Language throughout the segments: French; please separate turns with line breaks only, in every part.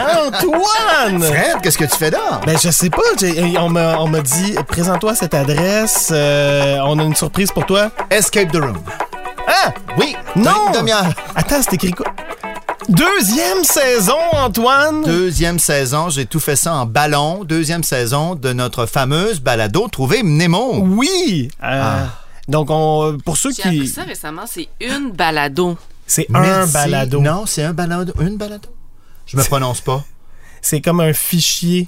Antoine!
Fred, qu'est-ce que tu fais là?
Ben, je sais pas. j'ai- On m'a on m'a dit, présente-toi cette adresse. euh, on a une surprise pour toi.
Escape the room.
Ah!
Oui!
Non!
Une demi-heure.
Attends, c'est écrit quoi? Deuxième saison, Antoine!
Deuxième saison, j'ai tout fait ça en ballon. Deuxième saison de notre fameuse balado Trouver Mnemo.
Oui!
Ah.
Euh, Donc, on, pour ceux
J'ai appris
qui...
ça récemment, c'est une balado.
C'est un
Merci.
balado.
Non, c'est un balado. Une balado? Je me prononce pas.
C'est comme un fichier.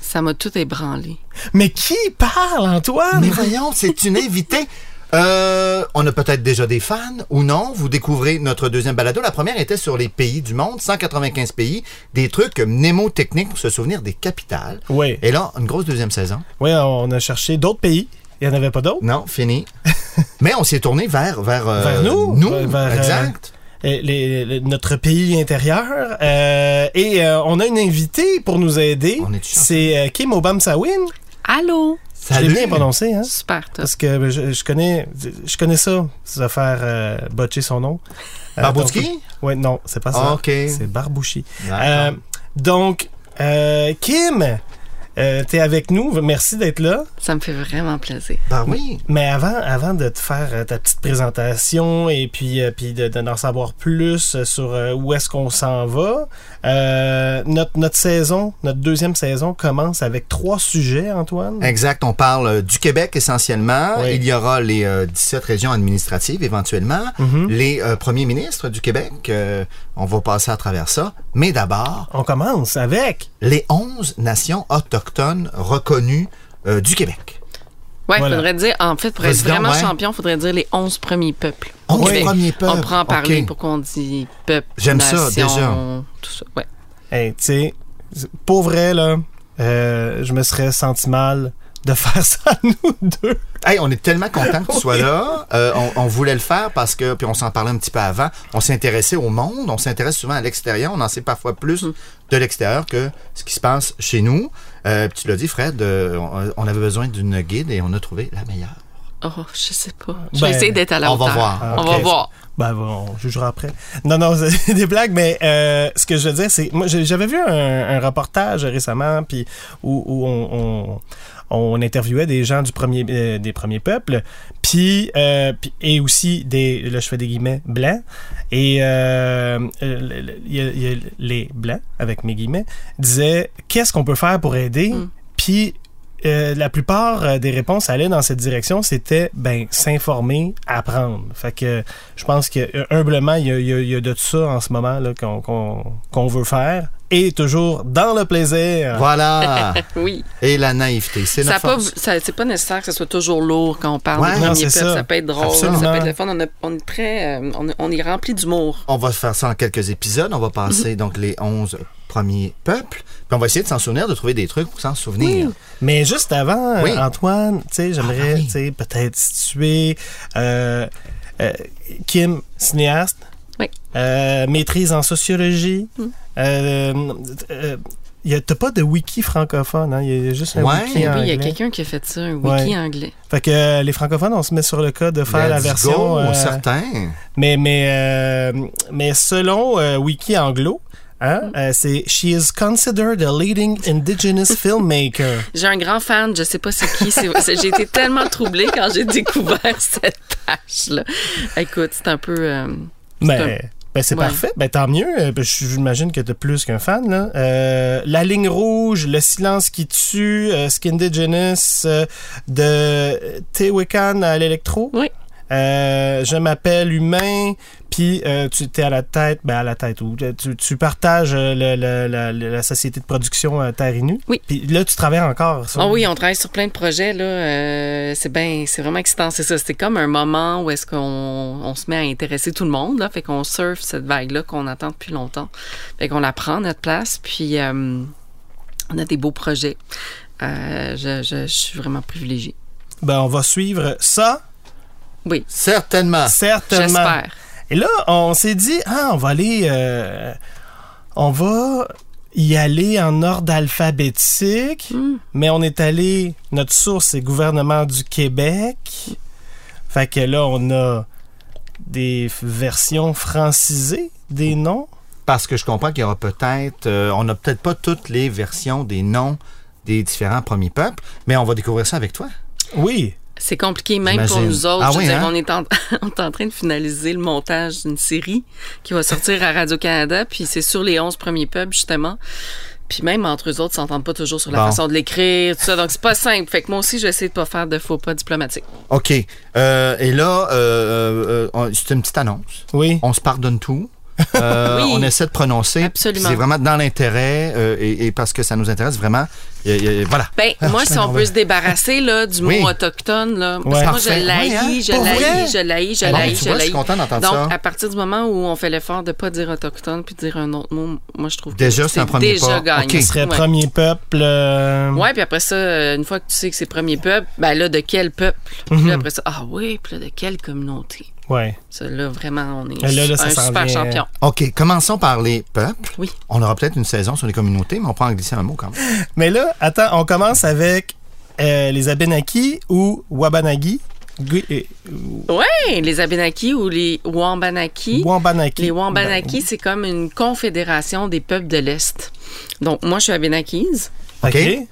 Ça m'a tout ébranlé.
Mais qui parle, Antoine?
Mais voyons, c'est une invitée. Euh, on a peut-être déjà des fans ou non. Vous découvrez notre deuxième balado. La première était sur les pays du monde, 195 pays, des trucs mnémotechniques pour se souvenir des capitales.
Oui.
Et là, une grosse deuxième saison.
Oui, on a cherché d'autres pays. Il n'y en avait pas d'autres.
Non, fini. Mais on s'est tourné vers vers, euh,
Vers nous,
nous,
vers, euh,
exact.
Euh, les- les- notre pays intérieur. Euh, et euh, on a une invitée pour nous aider.
On est chanceux.
C'est euh, Kim Obam-Sawin.
Allô?
Je l'ai
Salut.
bien prononcé, hein?
Super top.
Parce que ben, je, je connais je connais ça, se faire euh, botcher son nom. Euh,
Barbouski? Ah,
donc- Ouais, non, c'est pas ça.
Ok.
C'est Barbouchi. Euh,
D'accord.
donc, euh, Kim, euh, t'es avec nous. Merci d'être là.
Ça me fait vraiment plaisir.
Ben oui.
Mais avant, avant de te faire euh, ta petite présentation et puis, euh, puis de, de d'en savoir plus euh, sur euh, où est-ce qu'on s'en va, euh, notre, notre saison, notre deuxième saison commence avec trois sujets, Antoine.
Exact, on parle euh, du Québec essentiellement.
Oui.
Il y aura les euh, 17 régions administratives éventuellement,
Mhm.
les euh, premiers ministres du Québec. euh, on va passer à travers ça. Mais d'abord,
On commence avec.
les 11 nations autochtones reconnues euh, du Québec.
Ouais,
Voilà.
faudrait dire, en fait, pour être
Président,
vraiment
ouais.
champion, faudrait dire les 11 premiers peuples.
11
Québec.
premiers peuples.
On prend en parler
OK.
pour qu'on dit peuple.
J'aime ça,
nation,
déjà.
Tout ça. Ouais.
Hey, tu sais, pour vrai, là, euh, je me serais senti mal de faire ça à nous deux.
Hey, on est tellement content que tu sois là. Euh, on, on voulait le faire parce que, puis on s'en parlait un petit peu avant, on s'intéressait au monde, on s'intéresse souvent à l'extérieur, on en sait parfois plus
Mhm.
de l'extérieur que ce qui se passe chez nous. Euh, puis tu l'as dit, Fred, euh, on, on avait besoin d'une guide et on a trouvé la meilleure.
Oh, je sais pas. Je
Ben,
vais essayer d'être à la
on va
hauteur.
voir.
On
Ok.
va voir.
Ben, bon, on jugera après. Non, non, c'est des blagues, mais euh, ce que je veux dire, c'est. Moi, j'ai- j'avais vu un, un reportage récemment puis où, où on, on, on interviewait des gens du premier, euh, des premiers peuples, puis, euh, puis- et aussi des. Là, je fais des guillemets, blancs. Et euh, euh, le- le- il y a- il y a les blancs, avec mes guillemets, disaient qu'est-ce qu'on peut faire pour aider? Puis euh, la plupart euh, des réponses allaient dans cette direction, c'était ben s'informer, apprendre. Fait que je pense que euh, humblement, il y a, il y a- il y a de ça en ce moment là qu'on qu'on- qu'on veut faire et toujours dans le plaisir.
Voilà.
Oui.
et la naïveté, c'est
Ça
notre
a pas-
force.
ça- C'est pas nécessaire que ce soit toujours lourd quand on parle
Ouais,
des
non,
premiers
c'est
peuples.
ça.
Ça. peut être drôle,
Absolument.
ça peut être le fun. On, a- on est très. euh, on, on est rempli d'humour.
On va faire ça en quelques épisodes.
Mhm.
On va passer donc les 11 premiers peuples. Puis on va essayer de s'en souvenir, de trouver des trucs pour s'en souvenir.
Mais juste avant,
Oui.
euh, Antoine, tu sais, j'aimerais
Ah, oui.
tu sais, peut-être situer euh, euh, Kim, cinéaste,
Oui. Mm.
euh, maîtrise en sociologie. Euh, euh, y a- T'as pas de wiki francophone, hein? Il y a juste un
Ouais.
wiki
Oui,
anglais.
il y a quelqu'un qui a fait ça, un
Ouais.
wiki anglais.
Fait que euh, les francophones, on se met sur le cas de faire la
Let's
version.
go,
euh,
certain.
mais, mais, euh, mais selon euh, Wiki Anglo, hein,
Mm.
euh, c'est She is considered a leading indigenous filmmaker.
J'ai un grand fan, je sais pas c'est qui. c'est- c'est- J'ai été tellement troublée quand j'ai découvert cette tâche-là. Écoute, c'est un peu. euh,
Mais. Ben c'est
Ouais.
parfait, ben tant mieux. Euh, ben, je- J'imagine que t'es plus qu'un fan. Là. Euh, la ligne rouge, le silence qui tue, euh, Skindigenous, euh, de Tewikan à l'électro.
Oui.
Euh, je m'appelle humain, puis euh, tu t'es à la tête, ben à la tête, ou euh, tu, tu partages euh, le- le- la, la- la société de production euh, Terre Inue.
Oui.
Puis là, tu travailles encore sur
Ah oui, on travaille sur plein de projets là. euh, c'est ben, c'est vraiment excitant. C'est ça. C'est comme un moment où est-ce qu'on on se met à intéresser tout le monde là, fait qu'on surfe cette vague là qu'on attend depuis longtemps, fait qu'on la prend à notre place. Puis euh, on a des beaux projets. Euh, je, je- je suis vraiment privilégiée.
Ben, on va suivre ça,
Oui,
Certainement.
certainement.
Ah, j'espère.
Et là, on s'est dit, ah, on va aller. euh, on va y aller en ordre alphabétique,
Hmm.
mais on est allé. Notre source, c'est gouvernement du Québec. Fait que là, on a des f- versions francisées des noms.
parce que je comprends qu'il y aura peut-être, euh, on n'a peut-être pas toutes les versions des noms des différents premiers peuples, mais on va découvrir ça avec toi.
Oui.
C'est compliqué même pour
J'imagine.
nous autres.
Ah
Je veux
oui,
dire,
hein?
on, est en, on est en train de finaliser le montage d'une série qui va sortir à Radio-Canada, puis c'est sur les 11 premiers pubs, justement. Puis même entre eux autres, ils s'entendent pas toujours sur la
Bon.
façon de l'écrire, tout ça. Donc, c'est pas simple. Fait que moi aussi, je vais essayer de pas faire de faux pas diplomatiques.
OK. Euh, et là, euh, euh, on- c'est une petite annonce.
Oui.
On se pardonne tout. Euh,
Oui.
On essaie de prononcer.
Absolument.
C'est vraiment dans l'intérêt euh, et, et parce que ça nous intéresse vraiment. Et- et- et voilà.
Ben,
Ah,
moi,
je suis
si on
énervé.
peut se débarrasser là, du
Oui.
mot autochtone, là, parce
Ouais.
que moi,
Parfait.
je l'haïs,
Oui, hein?
je
Pour vrai?
l'haïs, je l'haïs, je
Ah bon,
l'haïs,
tu
je
vois, je suis
l'haïs.
content d'entendre
Donc,
ça.
à partir du moment où on fait l'effort de pas dire autochtone puis de dire un autre mot, moi, je trouve que
Déjà, c'est un premier
déjà
pas.
gagné.
OK.
On serait
Ouais.
premier peuple. euh,
Ouais, puis après ça, euh, une fois que tu sais que c'est premier peuple, ben là, de quel peuple? Puis
Mhm.
là, après ça, ah oui, puis là, de quelle communauté?
ouais.
Ça, là, vraiment, on est
Là, là, ça
un
s'en
super
vient.
champion.
OK. Commençons par les peuples.
Oui.
On aura peut-être une saison sur les communautés, mais on prend en glisser un mot quand même.
Mais là, attends, on commence avec euh, les Abenaki ou Wabanagi. Gui- euh,
Ouais, les Abenaki ou les Wambanaki.
Wambanaki.
Les
Ben.
Wambanaki, c'est comme une confédération des peuples de l'Est. Donc, moi, je suis Abenakise.
Ben,
OK.
OK.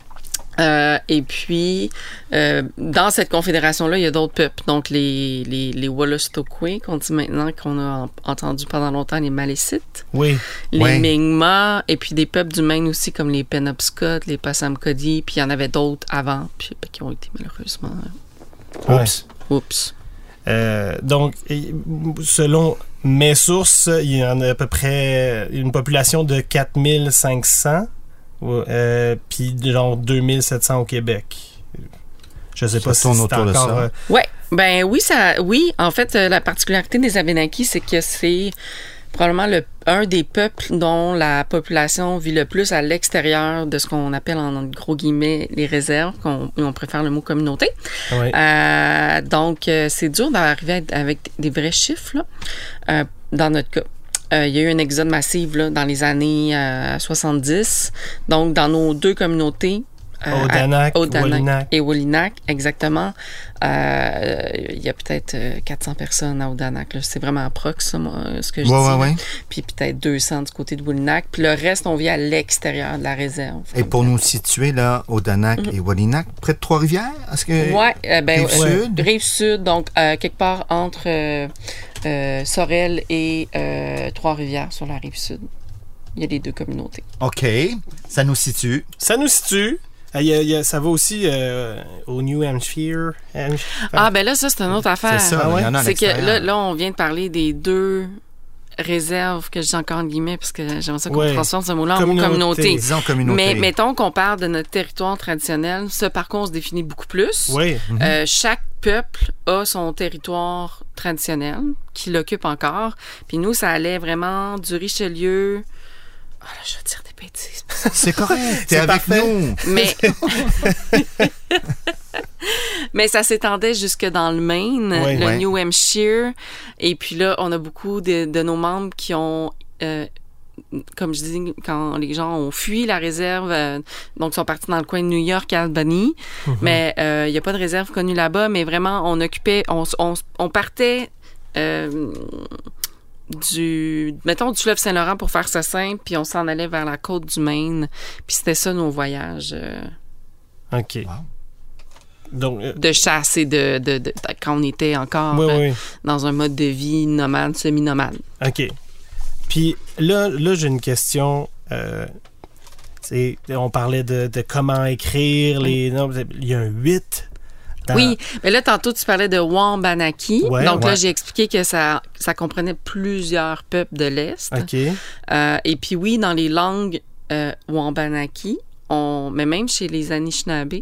Euh, et puis, euh, dans cette confédération-là, il y a d'autres peuples. Donc, les, les, les Wolostokwe, qu'on dit maintenant, qu'on a en- entendu pendant longtemps, les Malécites.
Oui.
les
Ouais.
Mi'kmaq, et puis des peuples du Maine aussi, comme les Penobscot, les Passamaquoddy, puis il y en avait d'autres avant, puis ben, qui ont été malheureusement.
Ouais.
Oups.
Oups.
Euh, donc, et, selon mes sources, il y en a à peu près une population de 4500, ou- euh, puis genre 2700 au Québec. Je sais
Ça
pas si
tourne
c'est
autour de
encore...
ça.
euh,
Ouais. Ben oui, ça. Oui, en fait, euh, la particularité des Abenaki, c'est que c'est probablement le, un des peuples dont la population vit le plus à l'extérieur de ce qu'on appelle en gros guillemets les réserves, qu'on on préfère le mot communauté.
ouais.
Euh, donc, euh, c'est dur d'arriver à être- avec des vrais chiffres là, euh, dans notre cas. Euh, il y a eu un exode massif là, dans les années euh, 70. Donc, dans nos deux communautés, euh,
Odanak,
à- Odanak
Wolinak.
et Wolinac, exactement, euh, il y a peut-être euh, 400 personnes à Odanak. là. C'est vraiment proche, ça, moi, ce que je
Ouais,
dis.
ouais,
là.
ouais.
Puis peut-être 200 du côté de Wolinac. Puis le reste, on vit à l'extérieur de la réserve.
Et pour nous situer, là, au Danac et Wallinac, près de Trois-Rivières, est-ce que.
Mhm. Ouais, euh, ben,
Rive
euh,
sud?
Rive sud, donc euh, quelque part entre euh, euh, Sorel et euh, Trois-Rivières sur la rive sud. Il y a les deux communautés.
OK. Ça nous situe.
Ça nous situe. Euh, il y a- il y a- ça va aussi euh, au New Hampshire. Ham-
Ah, ben là, ça, c'est une autre affaire.
C'est ça,
Ah ouais?
il y en a à
C'est que
l'extérieur.
là, là, on vient de parler des deux réserves que j'ai encore en guillemets, parce que j'aimerais ça qu'on
Ouais.
transforme ce mot-là en
Communauté.
communauté.
Disons communauté.
Mais mettons qu'on parle de notre territoire traditionnel. Ça, par contre, on se définit beaucoup plus.
Oui.
Euh, chaque peuple a son territoire traditionnel qui l'occupe encore. Puis nous, ça allait vraiment du Richelieu. Ah là, je vais dire des bêtises.
C'est correct.
C'est
T'es avec
parfait.
nous.
Mais, mais ça s'étendait jusque dans le Maine,
Oui,
le
oui.
New Hampshire. Et puis là, on a beaucoup de, de nos membres qui ont, euh, comme je dis, quand les gens ont fui la réserve, euh, donc sont partis dans le coin de New York, Albany. Mais euh, il n'y a pas de réserve connue là-bas. Mais vraiment, on occupait, on, s- on s- on partait. euh, du mettons du fleuve Saint-Laurent pour faire ça simple puis on s'en allait vers la côte du Maine puis c'était ça nos voyages euh,
OK.
Wow.
Donc, euh,
de chasse et de, de, de- de- quand on était encore
oui,
euh,
oui.
dans un mode de vie nomade, semi-nomade.
OK. Puis là, là j'ai une question. euh, c'est- on parlait de, de comment écrire les noms. Il y a un 8. dans-
Mm. Oui, mais là tantôt tu parlais de Wambanaki.
Ah. Ouais,
Donc
ouais.
là j'ai expliqué que ça ça comprenait plusieurs peuples de l'est.
OK.
Euh, et puis oui, dans les langues euh, Wambanaki, on, mais même chez les Anishinaabe,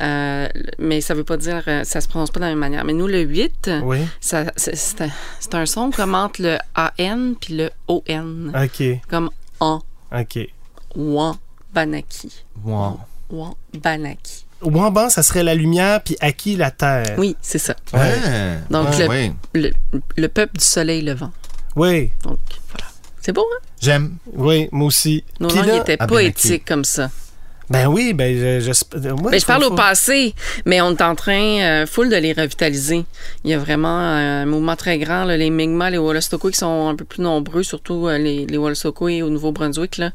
euh, mais ça veut pas dire, euh, ça se prononce pas de la même manière. Mais nous, le 8,
Oui.
ça- c'est c'est un, c'est un son comme entre le AN puis le ON,
OK.
comme en,
OK.
Wambanaki.
Wow.
Wambanaki.
Wamban, ça serait la lumière, puis Aki, la terre.
Oui, c'est ça.
Ouais.
Ouais.
Donc,
Ouais.
le-
Ouais.
Le, le peuple du soleil levant.
Oui.
Donc, voilà. C'est beau, hein?
J'aime.
Oui, moi aussi.
Nos
Puis
langues
là-
étaient
Abenaki.
poétiques comme ça.
Ben oui, ben je, je,
ouais, ben, je parle faut... au passé, mais on est en train, euh, full, de les revitaliser. Il y a vraiment euh, un mouvement très grand, là, les Mi'kmaq, les Wolostokoi qui sont un peu plus nombreux, surtout euh, les, les Wolostokoi au Nouveau-Brunswick. là.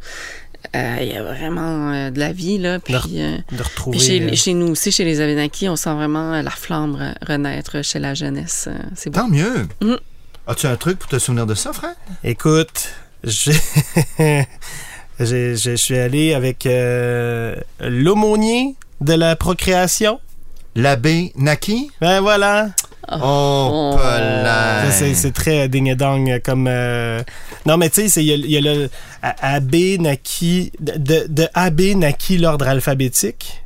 Il euh, y a vraiment euh, de la vie. Là, puis, euh,
de retrouver,
puis chez, chez, nous aussi, chez les Abenaki, on sent vraiment euh, la flamme renaître chez la jeunesse. euh, c'est
Tant mieux. Mm
Mhm.
-hmm. As-tu un truc pour te souvenir de ça, frère?
Écoute, je, je, suis allé avec euh, l'aumônier de la procréation.
L'abbé Naki?
Ben voilà.
Oh, oh
C'est très euh, ding dong comme. Euh... Non, mais tu sais, il y, y, a le AB Naki. De, de AB Naki, l'ordre alphabétique.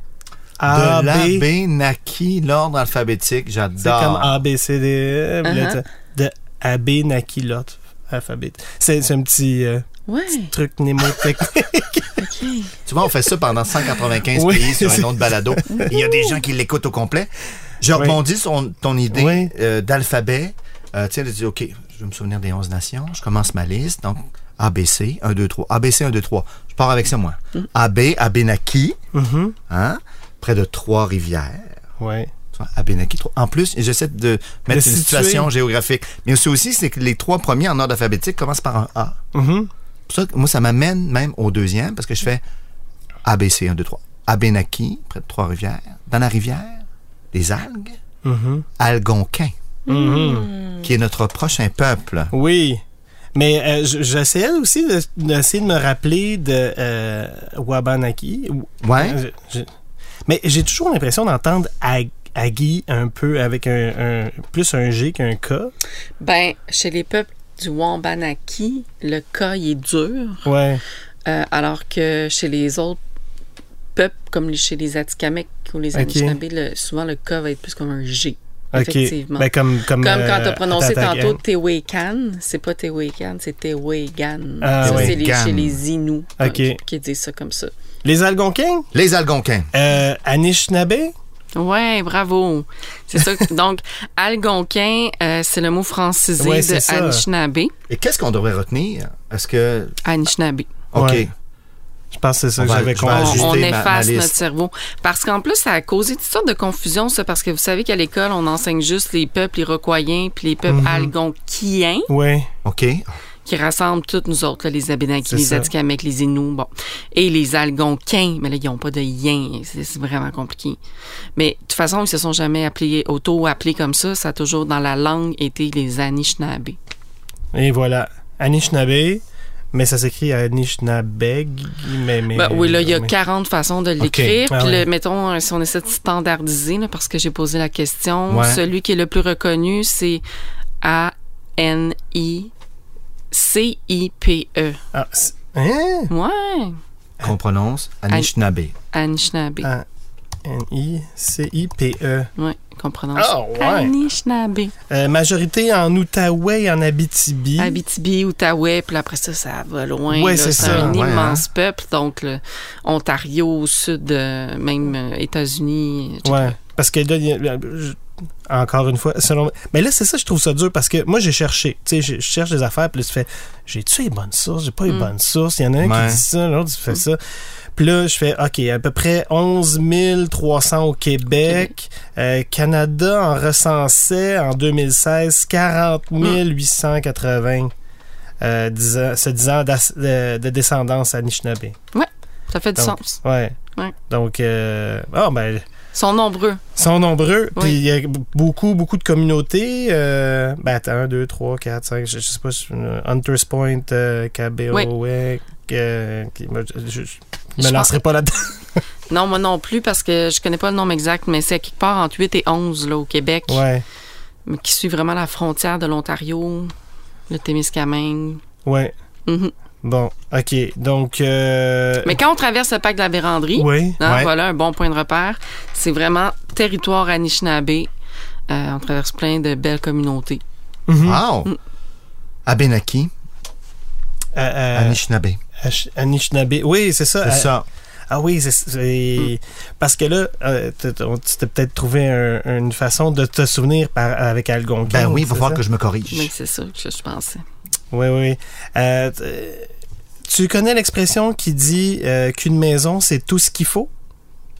A, de l'AB Naki, l'ordre alphabétique. J'adore. C'est
comme A, B, C, D. Uh -huh. De AB Naki, l'ordre alphabétique. C'est un petit. Euh...
Ouais.
Petit truc mnémotechnique.
okay. Tu vois, on fait ça pendant 195 oui, pays sur un autre balado. Il y a des gens qui l'écoutent au complet. Je oui. rebondis sur ton idée oui. euh, d'alphabet. Euh, tu sais, OK, je vais me souvenir des 11 nations. Je commence ma liste. Donc, ABC, 1, 2, 3. ABC, 1, 2, 3. Je pars avec ça, moi. Mm -hmm. AB, Abenaki. Mm -hmm. hein, près de Trois-Rivières.
Ouais.
Abenaki 3. En plus, j'essaie de mettre une situation géographique. Mais c'est aussi, c'est que les trois premiers en ordre alphabétique commencent par un A. Mm
Mm-hmm.
-hmm moi, ça m'amène même au deuxième parce que je fais ABC 1, 2, 3. Abenaki, près de Trois-Rivières. Dans la rivière, des algues. Mm
Mm-hmm.
-hmm. Algonquin, mm -hmm. qui est notre prochain peuple.
Oui. Mais euh, j'essayais aussi d'essayer de, de, me rappeler de euh, Wabanaki.
Ouais.
Je, je, mais j'ai toujours l'impression d'entendre ag Agui un peu avec un, un plus un G qu'un K.
Ben, chez les peuples du Wambanaki, le cas il est dur.
Ouais.
Euh, alors que chez les autres peuples, comme chez les Atikamekw ou les Anishinaabe, okay. le, souvent le cas va être plus comme un G.
Okay.
Effectivement.
Ben, comme, comme,
comme quand tu as prononcé euh, tantôt Tewekan, c'est pas Tewekan, c'est Tewegan.
Ah,
ça,
oui.
c'est chez les Inuits
okay.
qui, qui, disent ça comme ça.
Les Algonquins?
Les Algonquins.
Euh, Anishinaabe?
Ouais, bravo. C'est ça. Donc, algonquin, euh, c'est le mot francisé
ouais,
de
ça.
Anishinaabe.
Et qu'est-ce qu'on devrait retenir? Est-ce que.
Anishinaabe.
OK. Ouais.
Je pense que c'est ça on que j'avais compris.
On, on efface ma, ma notre cerveau. Parce qu'en plus, ça a causé toutes sortes de confusion, ça, parce que vous savez qu'à l'école, on enseigne juste les peuples iroquoiens puis les peuples mm -hmm. algonquiens.
Oui.
OK
qui rassemble toutes nous autres, là, les Abenaki, les Atikamekw, les Inuits, bon, et les Algonquins, mais là, ils n'ont pas de yin, c'est vraiment compliqué. Mais de toute façon, ils se sont jamais appelés, auto-appelés comme ça, ça a toujours dans la langue été les Anishinaabe.
Et voilà, Anishinaabe, mais ça s'écrit Anishinabeg, mais, mais
ben, oui, là, il y a 40 façons de l'écrire. Okay. Ah, ouais. Mettons, si on essaie de standardiser, là, parce que j'ai posé la question,
ouais.
celui qui est le plus reconnu, c'est A-N-I. C-I-P-E.
Ah, hein?
E. Ouais.
Euh,
Qu'on prononce Anishinaabe.
Anishinaabe.
Ah, N-I-C-I-P-E.
Ouais, qu'on prononce
oh, ouais.
Anishinaabe.
Euh, majorité en Outaouais et en Abitibi.
Abitibi, Outaouais, puis après ça, ça va loin.
Ouais,
c'est
ça.
un
ouais,
immense hein? peuple. Donc, le Ontario, au sud, euh, même euh, États-Unis.
Ouais, parce que là, y a, y a, je, encore une fois, selon. Mais là, c'est ça, je trouve ça dur parce que moi, j'ai cherché. Tu sais, je, je cherche des affaires, puis là, tu fais j'ai-tu les bonnes sources J'ai pas les
Mm.
bonnes sources. Il y en a un
Ouais.
qui dit ça, l'autre, tu fais ça. Puis là, je fais OK, à peu près 11 300 au Québec. Euh, Canada en recensait en 2016 40 880 euh, disant- se disant d'as- de, de descendance Anishinaabe.
Ouais, ça fait du
Donc,
sens.
Ouais.
Ouais.
Donc, euh, ah, ben,
Ils sont nombreux.
sont nombreux.
Oui.
Puis il y a beaucoup, beaucoup de communautés. Euh, ben, attends, 1, 2, 3, 4, 5, je, je sais pas, je- euh, Hunters Point, euh, Kabeowek, euh, qui- moi, je, je- je me
Je
lancerai pas là-dedans.
Non, moi non plus, parce que je connais pas le nombre exact, mais c'est à quelque part entre 8 et 11 là, au Québec,
Ouais,
mais qui suit vraiment la frontière de l'Ontario, le Témiscamingue.
ouais.
Euh.
Mhm.
Bon, OK. Donc, euh,
Mais quand on traverse le parc de la Béranderie,
oui.
hein,
ouais.
voilà un bon point de repère, c'est vraiment territoire Anishinaabe. Euh, on traverse plein de belles communautés. Ah.
Mhm.
Wow! Abenaki,
Euh, euh,
Anishinaabe.
Ash- Anishinaabe. Oui, c'est ça.
C'est
Ah,
ça.
Ah oui, c'est- c'est.
Mm.
Parce que là, euh, t- t- on- tu t'es peut-être trouvé un- une façon de te souvenir par, avec Algonquin.
Ben oui, il va
c'est
falloir
ça?
que je me corrige.
Mais c'est ça que je pensais.
Oui, oui. Euh, t- euh, Tu connais l'expression qui dit euh, qu'une maison, c'est tout ce qu'il faut?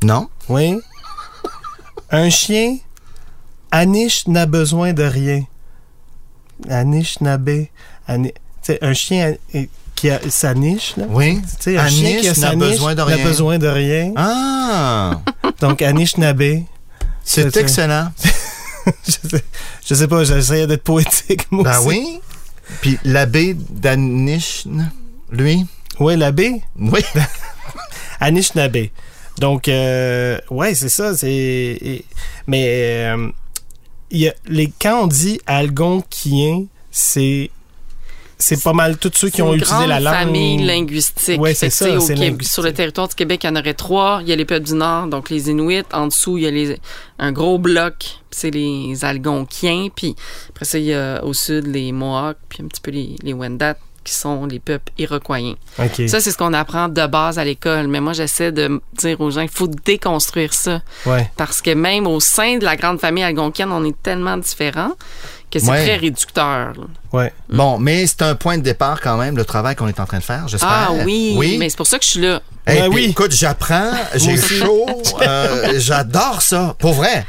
Non?
Oui. Un chien, Anish n'a besoin de rien. Anish n'abé. Un chien euh, qui a sa niche, là.
Oui?
Tu sais, un chien qui a
Anish
sa
n'a
niche
besoin de
n'a
rien.
besoin de rien.
Ah!
Donc, Anishinaabe,
C'est
C'est-
excellent.
je, sais, je sais pas, j'essayais d'être poétique, moi
Ben
aussi.
oui. Puis l'abbé d'Anish, lui?
Oui, l'abbé,
Oui.
Anishinaabe. Donc, euh, ouais, c'est ça. C'est, et- mais euh, il y a, les, quand on dit algonquien, c'est, c'est pas mal tous ceux qui ont
une
utilisé la
grande
langue.
famille linguistique.
Ouais,
Fait
c'est
que,
ça,
tu sais, au
c'est
Québec-
linguistique.
Sur le territoire du Québec, il y en aurait trois. Il y a les peuples du Nord, donc les Inuits. En dessous, il y a les, un gros bloc, puis c'est les Algonquiens. Puis après ça, il y a au sud les Mohawks, puis un petit peu les, les Wendat, qui sont les peuples iroquois.
OK.
Ça, c'est ce qu'on apprend de base à l'école. Mais moi, j'essaie de m- dire aux gens qu'il faut déconstruire ça.
ouais.
Parce que même au sein de la grande famille algonquienne, on est tellement différents que c'est
Ouais.
très réducteur. là.
Ouais.
Bon, mais c'est un point de départ quand même, le travail qu'on est en train de faire, j'espère.
Ah oui,
Oui.
mais c'est pour ça que je suis là.
Hey,
Ben
puis
oui.
Écoute, j'apprends, j'ai
aussi.
chaud, euh, j'adore ça. Pour vrai.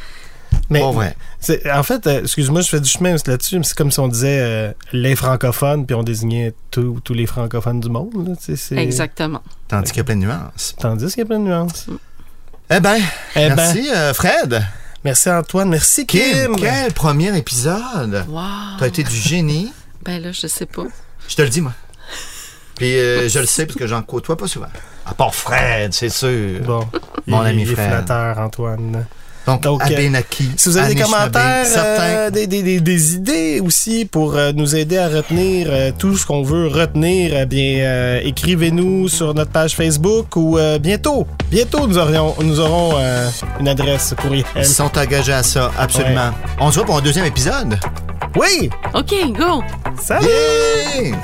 Mais,
Pour vrai.
c'est- en fait, euh, excuse-moi, je fais du chemin là-dessus, mais c'est comme si on disait euh, les francophones, puis on désignait tous tous les francophones du monde. là, tu sais, c'est-
Exactement.
Tandis qu'il y a plein de nuances.
Tandis qu'il y a plein de nuances.
Mm.
Eh ben,
Eh ben.
merci euh, Fred.
Merci Antoine, merci
Kim,
Kim.
quel premier épisode.
Wow.
T'as été du génie.
Ben là, je sais pas.
Je te le dis, moi. Puis euh, je le sais parce que j'en côtoie pas souvent. À part Fred, c'est sûr.
Bon,
Mon
il-
ami
il est
Fred.
flatteur, Antoine.
Donc,
Donc, euh,
Abenaki.
Si vous avez des
Anishinaabe,
commentaires,
certains-
euh, des, des- des- des idées aussi pour euh, nous aider à retenir euh, tout ce qu'on veut retenir, eh bien, euh, écrivez-nous sur notre page Facebook ou euh, bientôt, bientôt, nous, aurions, nous aurons euh, une adresse courriel.
Ils sont engagés à ça, absolument. On se voit pour un deuxième épisode.
Oui!
OK, go!
Ça
Yeah!